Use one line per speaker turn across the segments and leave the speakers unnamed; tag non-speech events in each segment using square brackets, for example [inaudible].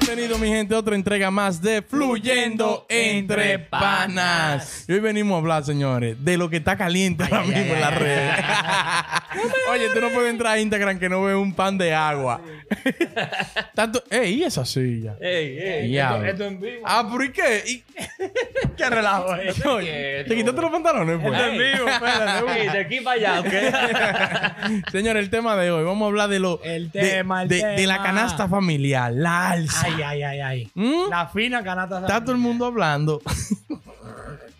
Bienvenido, mi gente, a otra entrega más de Fluyendo Entre Panas. Y hoy venimos a hablar, señores, de lo que está caliente ahora mismo en las redes. [laughs] Oye, tú no puedes entrar a Instagram que no ve un pan de [laughs] agua. Tanto... ¡Ey, y esa silla!
Ey, ey,
Ya,
esto,
bro.
esto en vivo.
Ah, ¿pero y qué? ¿Y- [laughs] ¿Qué relajo es? Oye, ¿Te quitaste los pantalones, pues?
Esto
[laughs]
en vivo, espérate.
Ey, de aquí para allá, ¿ok?
Señores, el tema de hoy, vamos a hablar de lo...
El
de-
tema, el
de, de la
tema.
canasta familiar, la alza.
[laughs] Ay, ay, ay, ay.
¿Mm?
La fina canasta.
Está todo el mundo hablando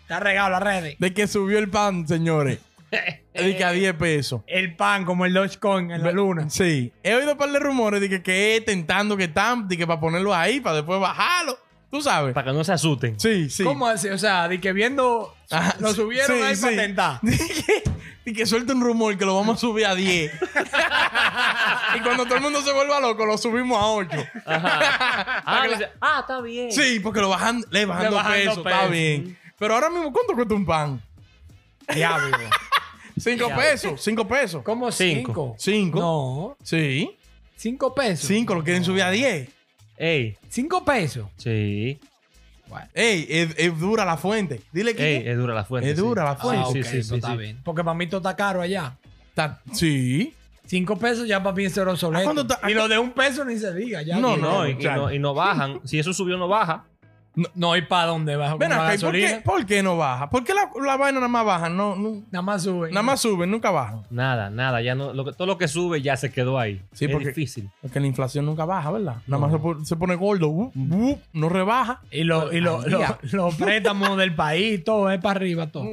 Está regado las redes.
de que subió el pan, [laughs] señores. De que a 10 pesos.
El pan como el Dogecoin en la luna.
Sí. He oído un par de rumores de que, que es tentando que están, de que para ponerlo ahí, para después bajarlo. ¿Tú sabes?
para que no
[laughs]
se asusten.
Sí, sí.
¿Cómo así? O sea, de que viendo.
Ajá,
lo
sí,
subieron
sí,
ahí
sí.
para tentar.
Y que suelta un rumor que lo vamos a subir a [laughs] 10. y cuando todo el mundo se vuelva loco, lo subimos a 8.
Ah, dice, ah, está bien.
Sí, porque lo bajan, le bajando,
Le bajando
peso, está
peso.
bien. Pero ahora mismo, ¿cuánto cuesta un pan?
Diablo.
[laughs] Cinco
Ya.
pesos, cinco pesos.
¿Cómo cinco?
Cinco.
¿Cinco?
No.
Sí.
¿Cinco pesos?
Cinco, lo quieren subir a 10.
Ey,
¿Cinco pesos?
sí.
Ey, es, es dura la fuente. Dile que...
Ey, es dura la fuente.
Es dura la fuente.
Ah,
Sí,
ok,
sí, sí,
eso
sí,
está
sí.
bien. Porque para mí todo está caro allá.
Ta- Sí.
Cinco pesos ya para mí es cero obsoleto.
¿A cuándo Ah, está- a
Y lo de un peso ni se diga. Ya
No,
Y no, y, y no, y no bajan. Si eso subió, no baja.
No, y para dónde baja.
Ven
Como la
acá, ¿y por
gasolina.
qué, por qué no baja? ¿Por qué la, la vaina nada más baja? No, no-
Nada más sube.
nada más sube, nunca baja.
Nada, nada. Ya no, lo que- todo lo que sube ya se quedó ahí.
Sí,
es
porque-
difícil.
Porque la inflación nunca baja, ¿verdad? Nada más se po- se, pone gordo, uh, uh, no rebaja.
Y, lo, y lo-
Al
lo- [laughs]
día.
los préstamos del país, todo es para arriba, todo.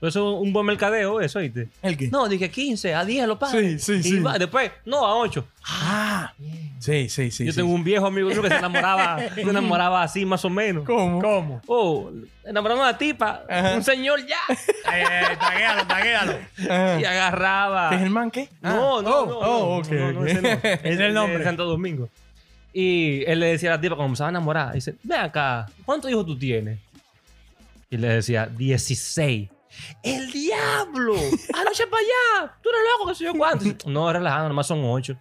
Pero eso es un buen mercadeo, eso, ¿oíste?
Mm. ¿El qué?
No, dije 15, a 10 lo pagan.
Sí, sí,
Y
sí.
va- después, no, a 8.
Ah, sí, sí, sí.
Yo
sí,
tengo
sí.
un viejo amigo mío que se enamoraba, se enamoraba así más o menos.
¿Cómo?
¿Cómo?
Oh, enamorando a una tipa,
Ajá.
un
[laughs]
señor ya.
Eh, eh, taguéalo, taguéalo.
Ajá.
Y
¿Qué
agarraba.
¿Es el man Ah. qué? Ah.
No, no,
oh,
no.
oh,
no,
ok,
no, no,
ok.
ese no. Ese
el
es de
nombre.
Santo Domingo. Y él le decía a la tipa, cuando estaba enamorada, dice, ven acá, ¿cuántos hijos tú tienes? Y le decía, 16. ¡El diablo! ¡Anoche para allá! ¡Tú eres loco que soy yo cuánto! Dice, No, relajando, nomás son 8.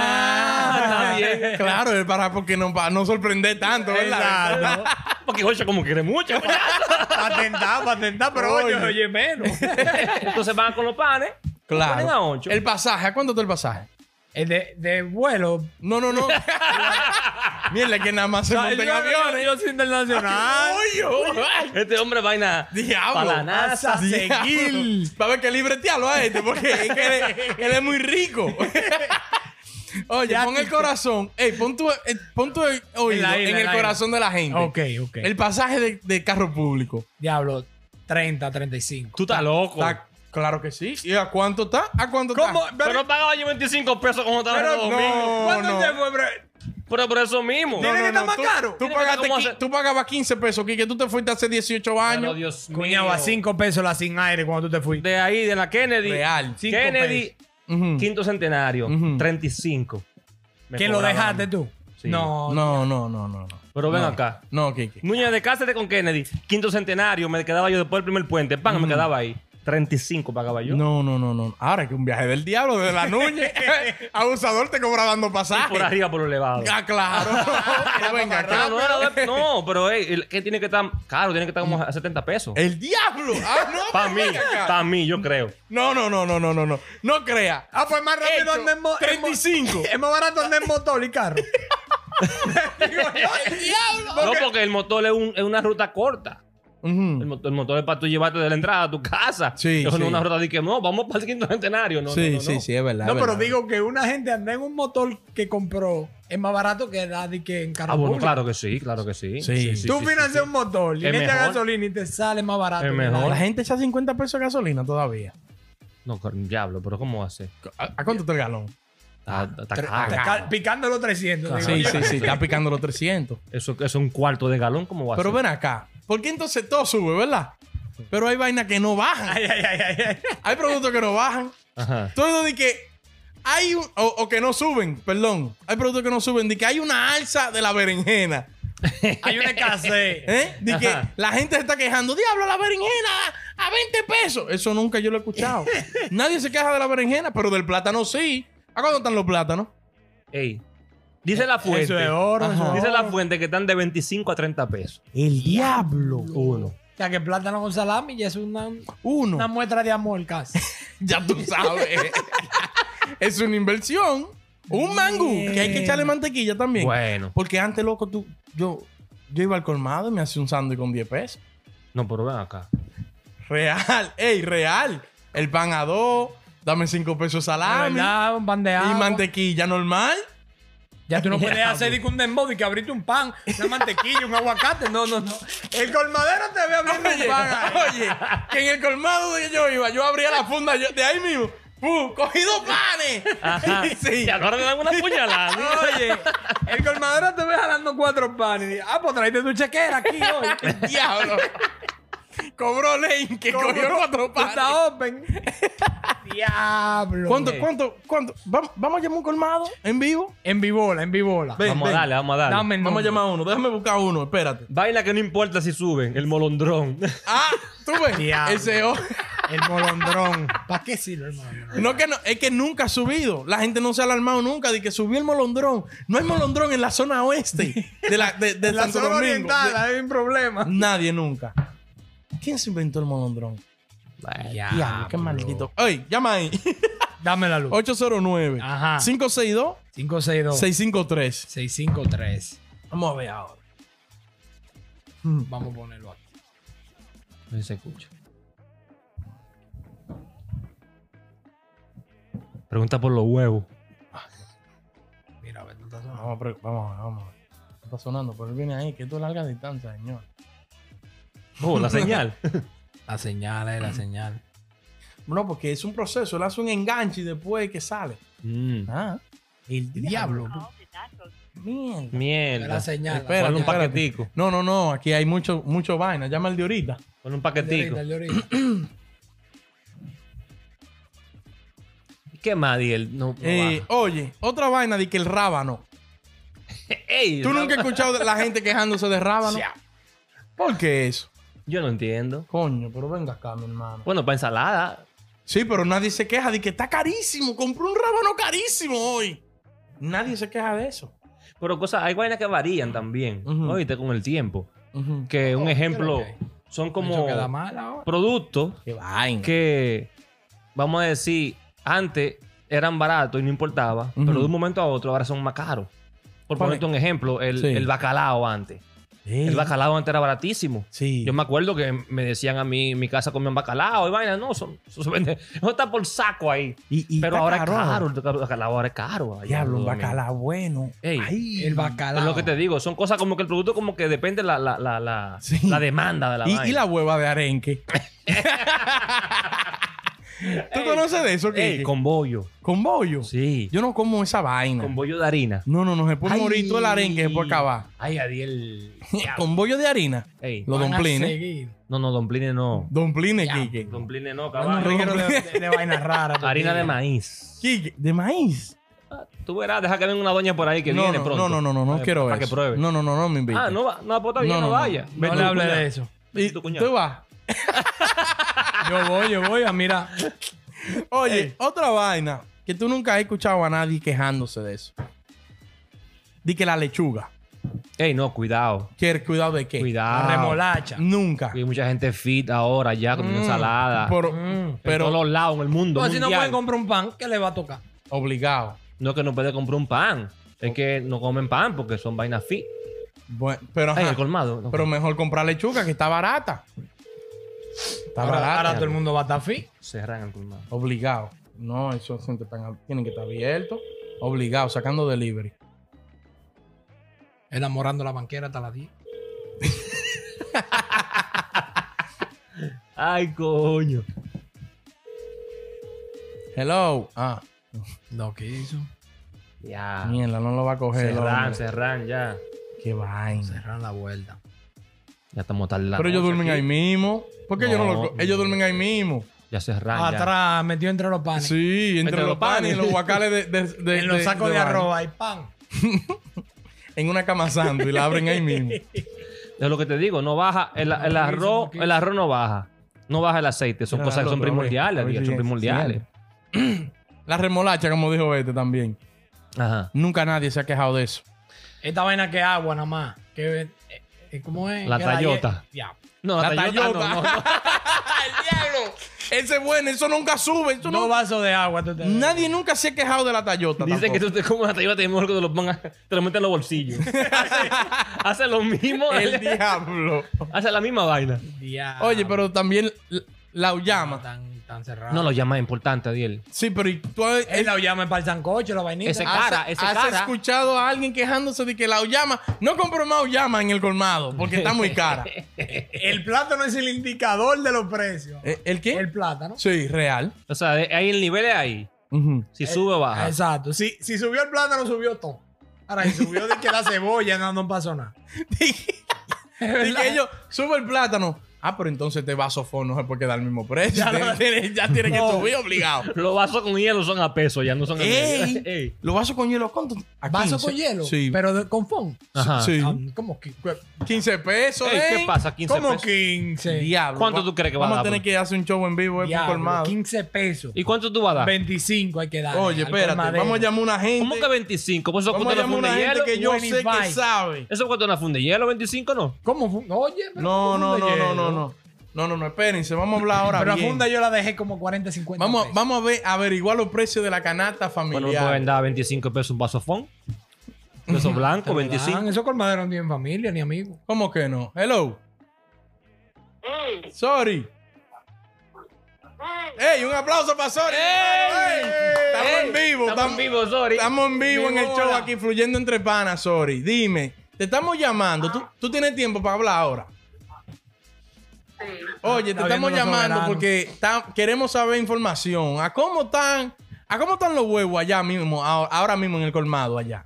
Ah,
Ah, está
[laughs]
bien.
Claro, es para porque no, para no sorprender tanto, ¿verdad?
Exacto.
[laughs] Porque 8 como que es mucho.
Para tentar, para tentar, pero
Oye.
oye, oye, menos.
Entonces van con los panes.
Claro.
Ponen a ocho.
El pasaje, ¿a cuánto está el pasaje?
[laughs] El de, de vuelo.
No, no, no. Mierda, que nada más se monta en aviones.
yo soy internacional.
Oye, oye.
Este hombre vaina.
Diablo.
Para la NASA.
a seguir.
[laughs] Para ver que libretealo a este, porque es que él, es- él es muy rico. [laughs] Oye,
Ya
pon
te-
el corazón. Ey, pon tu, eh, pon tu oído
la isla,
en
en
el
la
corazón de la gente.
Ok, ok.
El pasaje de, de carro público.
Diablo, 30, 35.
Tú estás loco.
Está- claro que sí. ¿Y a cuánto está? ¿A cuánto
Ah,
está?
Pero no pagaba yo 25 pesos como estaba
Pero
en el domingo.
No,
¿Cuánto
no.
te fue, bre?
Pero por eso mismo.
¿Tiene que estar más
tú,
caro?
Tú,
Tiene que
pagaste,
estar como
qui-
hace-
tú pagabas 15 pesos, Kike. Tú te fuiste hace 18
Pero,
años.
Dios mío.
Cuñado, a 5 pesos la sin aire cuando tú te fuiste.
De ahí, de la Kennedy.
Real.
Cinco
Kennedy, Mm.
Ujú.
quinto centenario,
Ujú.
35. Me
¿Quién lo
cobraban.
dejaste tú?
Sí.
No,
No, no, no, no, no.
Pero ven
No.
acá.
No, Kike.
Núñez de Cáceres con Kennedy, quinto centenario, me quedaba yo después del primer puente, pan, me quedaba ahí. 35 pagaba yo.
Mm. No, no, no, no. Ahora que un viaje del diablo de la
[laughs]
Núñez. [laughs] Abusador te cobra dando pasaje.
Por arriba, por lo elevado.
Ah,
[laughs]
claro. Pero venga,
Pero no,
acá.
era de- no, pero ey, el- que tiene que estar caro, tiene que estar como a 70 pesos.
El diablo. Ah,
[laughs]
no.
Para
pero
mí,
venga acá.
para mí, yo creo.
No, no, no, no, no, no, no. No crea.
Ah, pues más rápido
Hecho,
andar en moto.
35.
[laughs] Es más barato andar en motor y [laughs] carro.
¡El diablo!
No, porque el motor es, un- es una ruta corta. El motor, el motor es para tú llevarte de la entrada a tu casa.
Sí,
Eso no
sí.
es una ruta de que no, vamos para el quinto centenario. No,
sí,
no, no,
sí,
no.
sí, es verdad.
no,
es
pero
verdad.
digo que una gente anda en un motor que compró es más barato que la de que en carro.
Ah, bueno,
público.
claro que sí, claro que sí.
Sí, sí,
Tú financias un motor y
Es
le echas
mejor.
gasolina y te sale más barato.
Es
que
mejor.
La
la-
gente echa 50 pesos de gasolina todavía.
No, cor- diablo, pero ¿cómo hace?
¿A, a cuánto está el galón?
Está, está
Ah, Tre-
caro.
te ca- Picando los 300.
Claro.
digo
Ah, Sí,
yo.
sí, sí. Está picando los 300.
Eso eso es un cuarto de galón, ¿cómo va a
Pero
ser?
ven acá. Porque entonces todo sube, ¿verdad? Pero hay vainas que no bajan.
Ay, ay, ay, ay, ay.
Hay productos que no bajan.
Ajá.
Todo de que hay un, o, o que no suben, perdón. Hay productos que no suben, de que hay una alza de la berenjena.
Hay una escasez.
[laughs] ¿eh? De que
Ajá.
la gente se está quejando, diablo, la berenjena a 20 pesos. Eso nunca yo lo he escuchado. Nadie se queja de la berenjena, pero del plátano sí. ¿A cuándo están los plátanos?
Ey, Dice la fuente.
Eso es oro, eso es
Dice la
oro.
fuente que están de 25 a 30 pesos.
El diablo.
Uno.
O sea, que plátano con salami ya es una,
Uno.
una muestra de amor casi.
Ya tú sabes. es una inversión. Un mango. Que hay que echarle mantequilla también.
Bueno.
Porque antes, loco, tú, yo, yo iba al colmado y me hacía un sándwich con 10 pesos.
No, pero ven acá.
Real, [laughs] ey, real. El pan a dos, dame 5 pesos
De
salami
verdad, un pan de
Ah, y
agua.
mantequilla normal.
Ya tú
[laughs]
no puedes
Ya,
hacer
güey.
ni que un dembow y que abriste un pan, una mantequilla, un aguacate. No, no, no. El colmadero te ve abriendo
Oye,
un pan. ahí.
[laughs] oye, que en el colmado donde yo iba, yo abría la funda yo- de ahí mismo. ¡Pum! ¡Cogí dos panes!
Ah.
[laughs] Ajá.
Sí.
Te agarran alguna puñalada.
Oye, el colmadero te ve jalando cuatro panes. Y, Ah, pues tráete tu chequera
[laughs]
aquí hoy.
Diablo. Cobró Lane que cogió cuatro
Tú estás
panes.
open.
[laughs]
Diablo.
¿Cuánto, cuánto, cuánto? Vamos, vamos a llamar un colmado en vivo.
En vivola, en vivola.
Ven,
Vamos a
ven.
darle, vamos a darle.
Dame el
Vamos a
nombre.
llamar a uno. Déjame buscar uno, espérate.
Vaina que no importa si suben. El molondrón. [laughs]
Ah, tú ves.
Diablo.
Ese o-
El
[laughs]
molondrón. ¿Para qué sirve el molondrón?
No que no, es que nunca ha subido. La gente no se ha alarmado nunca de que subió el molondrón. No hay molondrón en la zona oeste de, la, de, de
La
Santo
zona
Domingo.
oriental ¿eh?
De-
hay un problema.
Nadie nunca. ¿Quién se inventó el molondrón? Diablo, qué maldito. Ey, llama ahí. [laughs]
Dame la luz.
809
Ajá.
562
562
653.
653.
Vamos a ver ahora. Hmm.
Vamos a ponerlo aquí.
No se escucha. Pregunta por los huevos.
Mira, a ver, no está sonando.
Vamos, a pre- vamos, a ver, vamos. a ver. Está sonando, pero él viene ahí, que esto es larga distancia, señor.
Oh, la señal.
La señal es la señal.
No, porque es un proceso. Él hace un enganche y después es que sale.
Mm.
Ah, el diablo.
All did not go
Mierda.
Mierda.
La señal.
Espera,
Ponle un
espérate.
paquetico.
No, no, no. Aquí hay mucho, mucho vaina. Llama el de ahorita.
Ponle un
El de
paquetico.
ahorita, el de ahorita.
¿Qué más, Diel? No, no
Eh, oye, otra vaina de que el rábano.
baja. [laughs] Ey,
¿Tú
no-
nunca has escuchado de la gente quejándose de rábano? ¿Por qué eso?
Yo no entiendo.
Coño, pero venga acá, mi hermano.
Bueno, para ensalada.
Sí, pero nadie se queja de que está carísimo. Compré un rábano carísimo hoy. Nadie se queja de eso.
Pero cosas, hay vainas que varían también.
Ujú.
Oíste, con el tiempo.
Ujú.
Que un ejemplo
creo que
son
Eso
como
queda mal ahora.
productos
Qué vaina.
que, vamos a decir, antes eran baratos y no importaba,
Ujú.
pero de un momento a otro ahora son más caros. Por
Pone-
ponerte un ejemplo, el,
Sí.
el bacalao antes.
Eh,
El bacalao antes era baratísimo.
Sí.
Yo me acuerdo que me decían a mí, en mi casa comían bacalao y vaina. No, son, eso se vende. [laughs] Eso está por saco ahí.
Y- y
pero
está
ahora
caro.
es caro. El bacalao ahora es caro. allá en
Diablo, un
Santo Domingo.
bacalao bueno.
Ey,
Ay.
El
Pero
bacalao.
lo que te digo, son cosas como que el producto como que depende la, la, la, la,
Sí.
la demanda de la
y,
vaina.
y la hueva de
[laughs]
arenque. ¿Tú conoces de eso?
Ey,
Kiki?
con bollo.
¿Con bollo?
Sí.
Yo no como esa vaina.
Con bollo de harina.
No, no, no, se puede
Ay.
morir todo el arenque, se puede acabar. [laughs]
Ay, Adiel.
Con bollo de harina.
Ey.
Los
Van a
domplines.
seguir.
No, no, domplines no.
Domplines, Kike.
Domplines no,
Un
caballo.
reguero de, de, de vainas
[laughs]
raras.
Harina de maíz.
Kike, de maíz.
Tú verás, deja que venga una doña por ahí que
no,
viene
no,
pronto.
no, no, no, no, no
Para-
quiero
Para
eso.
que pruebe.
No, no, no, no me invito.
Ah, no va, no, pues está bien,
No,
no,
no, no.
vaya.
No
Ven
le
tú,
hable
cuñado.
de eso.
Y
tu cuñado.
tú vas.
Yo voy, yo voy. ah, Mira,
Oye, otra vaina que tú nunca has escuchado a nadie quejándose de eso. Di que la lechuga.
Ey, no, cuidado.
Que el cuidado de qué.
Cuidado.
la remolacha.
Nunca.
Hay mucha gente fit ahora ya comiendo ensalada.
Pero,
Mm.
en
pero
todos lados, en el mundo.
Entonces, si no
mundial.
pueden comprar un pan, ¿qué le va a tocar?
obligado.
No es que no puede comprar un pan. Es que no comen pan porque son vainas fit.
Bueno, pero,
Ay,
ajá.
el colmado. no.
pero mejor comprar lechuga que está barata. Está
Ahora,
barata.
ahora todo el mundo va a estar fit.
Cerran el colmado.
Obligado. No, esos centros están- tienen que estar abiertos. Obligado, sacando delivery.
Enamorando la banquera hasta las 10.
Ay, coño.
Hello. Ah,
Lo que hizo.
Ya.
mierda, no lo va a coger. el
Cerran,
hombre.
cerran, ya.
Qué vaina.
Cerraron la vuelta.
Ya estamos tarde. la
Pero ellos
noche
duermen
aquí.
ahí mismo. ¿Por qué yo no
No,
lo co- Ellos
no.
duermen ahí mismo.
Ya
Ah,
cerran. Ah, ya.
Atrás, metido entre los panes.
Sí, entre los panes, en los guacales de, de- de-
en los
de-
sacos de,
baño.
arroz hay pan.
En una cama sándwich, la abren ahí mismo.
Es lo que te digo, no baja. El, el
No,
arroz,
¿qué?
el arroz no baja. No baja el aceite. Son
Mira,
cosas que
dale
son
otra vez.
primordiales,
A ver
Dios,
si
son
es-
primordiales.
La remolacha, como dijo este también.
Ajá.
Nunca nadie se ha quejado de eso.
Esta vaina que agua nada más. Que, eh, eh, ¿Cómo es?
La
Que
Tayota.
die- Ya.
No,
La
la Toyota
Toyota.
no, no, no.
[laughs] ¡El diablo! Ese es bueno, eso nunca sube. eso
Dos
no-
vasos de agua. tú te-
Nadie nunca se ha quejado de la Tayota.
Dicen que
tampoco.
tú te comes la Toyota y es mejor que te lo pongas, te lo metes en
[laughs]
los bolsillos. hace lo mismo,
El diablo.
hace la misma vaina.
Ya.
Oye, pero también la- la Ullama.
Tan, tan cerrado.
No, lo llama importante, Adiel.
Sí, pero ¿y tú has,
Él la llama para el sancocho, la vainita.
Ese-
has-
cara, ese
has
cara.
escuchado a alguien quejándose de que la Ullama no compró más Ullama en el colmado porque está muy [laughs] cara?
El plátano es el indicador de los precios.
Eh, ¿El qué?
El plátano.
Sí, real.
O sea, de- ahí el nivel es ahí.
Ujú.
Si sube o baja.
Exacto. Si, si subió el plátano, subió todo. Ahora, si subió de que la cebolla, no, no pasó nada.
Y que ellos suben el plátano. Ah, pero entonces este vaso fo no sé por qué da el mismo precio. [laughs]
Ya no-
tiene, ya tiene que
No.
subir obligado.
Los vasos con hielo son a peso, ya no son
[laughs]
a
¡Ey!
medida. [laughs] Ey.
¿Los vasos con hielo cuánto? A
Vaso
15.
con hielo,
Sí.
pero de- con fond.
Ajá.
Sí.
Ah, ¿Cómo que? que-
15 pesos.
Ey, ¿Qué
¿eh?
pasa? 15
¿Cómo
pesos.
15?
Diablo.
¿Cuánto tú crees que va a
Vamos a
dar,
tener
bro?
que hacer un show en vivo eh, por
Diablo,
colmado.
15 pesos.
¿Y cuánto tú vas a dar?
25 hay que dar.
Oye, espérate. Vamos a llamar a una gente.
¿Cómo que 25? ¿Pues eso
Vamos
cuesta
a
una
llamar a
funda
una
de
gente
hielo? Pues,
que yo sé que
25.
sabe.
¿Eso cuesta una funda de hielo? ¿25 no?
¿Cómo funda? Oye, pero
No,
¿cómo
no, no,
funda
no,
hielo?
no, no. No, no, no, espérense. Vamos a hablar ahora
Pero a
bien.
funda yo la dejé como 40, 50
Vamos,
pesos.
vamos a ver, averiguar los precios de la canasta
Bueno,
familiar.
me pueden dar 25 pesos un vaso fond.
[laughs]
Peso blanco,
Te lo dan.
25.
Esos colmaderos ni en familia, ni amigos.
¿Cómo que no? Hello. Sorry. ¡Ey! Un aplauso para Sorry.
Ey.
Ey, Estamos
Ey,
en vivo.
Estamos en vivo, sorry.
Estamos en vivo en el
Vivo,
show
hola.
aquí, fluyendo entre panas, Sorry. Dime, te estamos llamando. ¿Tú, tú tienes tiempo para hablar ahora? Oye, te
Está viendo
estamos
los
llamando
soberanos.
porque ta- queremos saber información. ¿A cómo están? ¿A cómo están los huevos allá mismo, ahora, ahora mismo en el colmado allá?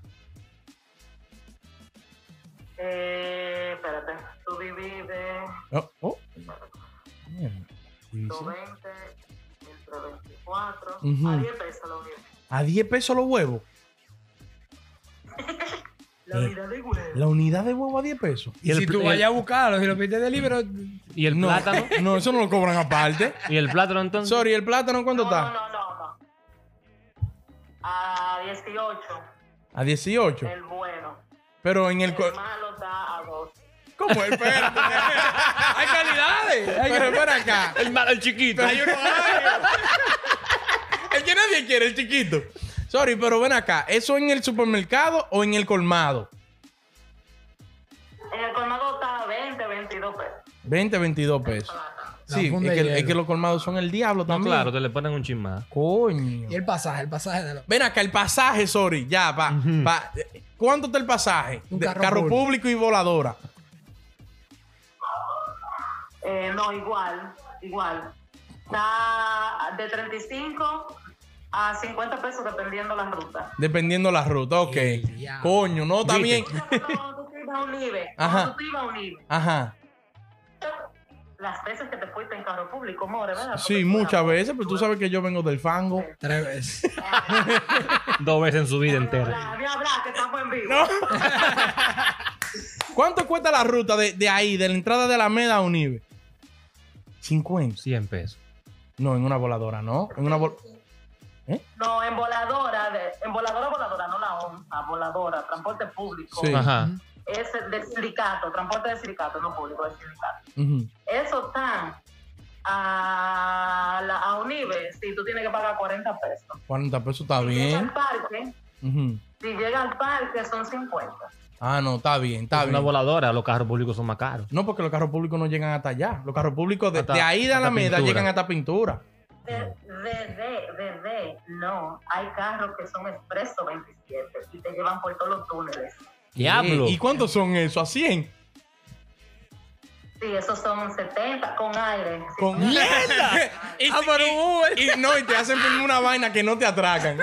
Eh, espérate, tú divides
Oh, oh. Mierda.
120 entre 24
Ujú.
a 10 pesos la unidad.
¿A 10 pesos los huevos?
La unidad de huevo.
Eh, ¿La unidad de huevo a 10 pesos?
Y,
el
si
pl-
tú
el- Mm.
vayas a buscarlos y los pides de libro,
¿Y el
No,
plátano?
[laughs] no, eso no lo cobran aparte.
¿Y el plátano entonces?
Sorry, ¿el plátano cuánto
No,
está?
no, no, no, no. A 18
A 18.
el bueno.
Pero en el... co-
El malo está a 12.
¿Cómo? Espérate. [laughs]
hay calidades.
Pero espera acá.
El, ma- el chiquito.
[laughs] El que nadie quiere, el chiquito. Sorry, pero ven acá. ¿Eso en el supermercado o en el colmado?
En el colmado está a 20, 22 pesos.
20, 22 pesos. Sí, es
funda de
que, es
hielo.
que los colmados son el diablo
No,
también.
claro, te le ponen un chin más.
Coño.
Y el pasaje, el pasaje de los.
Ven acá, el pasaje, sorry. Ya, pa, pa- ¿Cuánto está el pasaje?
Un
De-
carro público.
público y voladora.
Eh, no, igual, igual. Está de 35 a 50 pesos dependiendo la
[laughs]
ruta.
Dependiendo la ruta, ok.
El diablo.
Coño, no, está bien.
Cuando tú ibas a Unive,
Ajá.
cuando tú ibas a Unive,
Ajá.
las veces que te fuiste en carro público, more, ¿verdad?
Sí, muchas veces, pero tú sabes que yo vengo del fango.
Tres veces.
[laughs]
[laughs]
Dos veces en su [laughs] vida entera.
Habla, habla, habla, que estamos en vivo.
¿Cuánto cuesta la ruta de, de ahí, de la entrada de la Meda a Unive? 50.
100 pesos.
No, en una voladora, no. En una vol-
No, en voladora, de- en voladora, voladora, no la onza, voladora, transporte público.
Sí.
Ajá.
Es de sindicato, transporte de sindicato, no público, de sindicato.
Ujú.
Eso está a, la, a Unive, si tú tienes que pagar 40 pesos.
40 pesos está
Si llega
bien.
al parque,
Ujú.
si llega al parque son 50.
Ah, no, está bien, está
Una
bien.
voladora, los carros públicos son más caros.
No, porque los carros públicos no llegan hasta allá. Los carros públicos de,
Hasta-
de ahí de
hasta
Alameda
pintura.
llegan hasta pintura.
De, de, de, de, de, no, hay carros que son expreso 27 y te llevan por todos los túneles.
Diablo.
Eh, ¿Y cuántos son eso? ¿A 100?
Sí, esos son 70 con aire. Sí,
¡Con mierda! [laughs] y,
Ah, pero Uber.
y- y no, y te hacen poner una vaina que no te
[laughs]
atracan.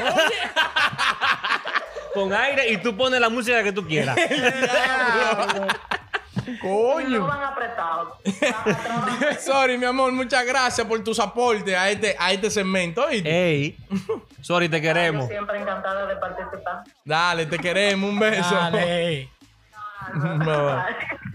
Con aire y tú pones la música que tú quieras. [laughs]
No
Coño.
van apretados. van
[laughs]
apretados.
Sorry, mi amor, muchas gracias por tus aportes a este, a este segmento. ¿oíste?
Ey. Sorry, te
Yo
queremos.
siempre encantada de participar.
[laughs] Dale, te queremos, un beso.
Dale.
Bye, bye.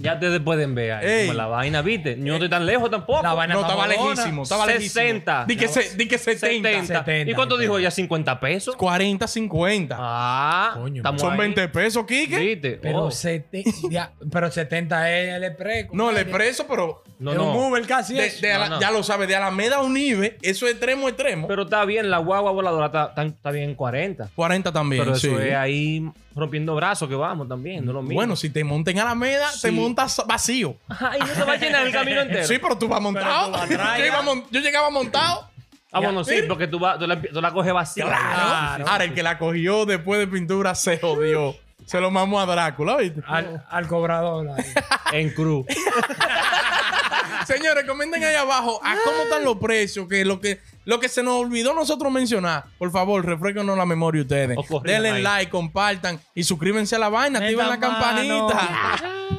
Ya ustedes pueden ver ahí
Ey.
como la vaina, ¿viste? Yo no estoy tan lejos tampoco.
La vaina
No, estaba
Madonna.
lejísimo, estaba lejísimo.
60.
Di que, se, di que 70.
70.
70,
¿Y cuánto
mi
dijo
perro.
ella? ¿50 pesos?
40, 50.
Ah,
Coño,
estamos
Son
ahí.
20 pesos, Quique.
¿Viste?
Pero,
Oh.
70, ya- pero 70 es el expreso.
No, le preso, pero
No,
Es un
no.
Uber casi
de-
es.
de Ala-
No, no.
ya lo sabes, de Alameda a Unive, eso es extremo, extremo.
Pero está bien, la guagua voladora está, está- está bien en 40.
40 también.
Pero
sí.
eso es ahí rompiendo brazos que vamos también, no es lo mismo.
Bueno, si te montan en Alameda, te montas vacío.
Ay, no se va a llenar el camino entero.
Sí, pero tú vas montado.
vas
yo,
atrás,
iba
ya.
mon- yo llegaba montado.
Ah, bueno, sí, porque tú, vas- tú la, tú la coges vacía.
Claro. Ahora, el que la cogió después de pintura se jodió. se lo mamó a Drácula, ¿viste?
Al, al cobrador. ahí.
En cruz.
Señores, comenten ahí abajo a cómo están los precios, que lo que lo que se nos olvidó nosotros mencionar. Por favor, refresquenos la memoria ustedes.
O corrijan
Denle
ahí.
like, compartan y suscríbanse a la vaina, activen la
Metan mano.
campanita.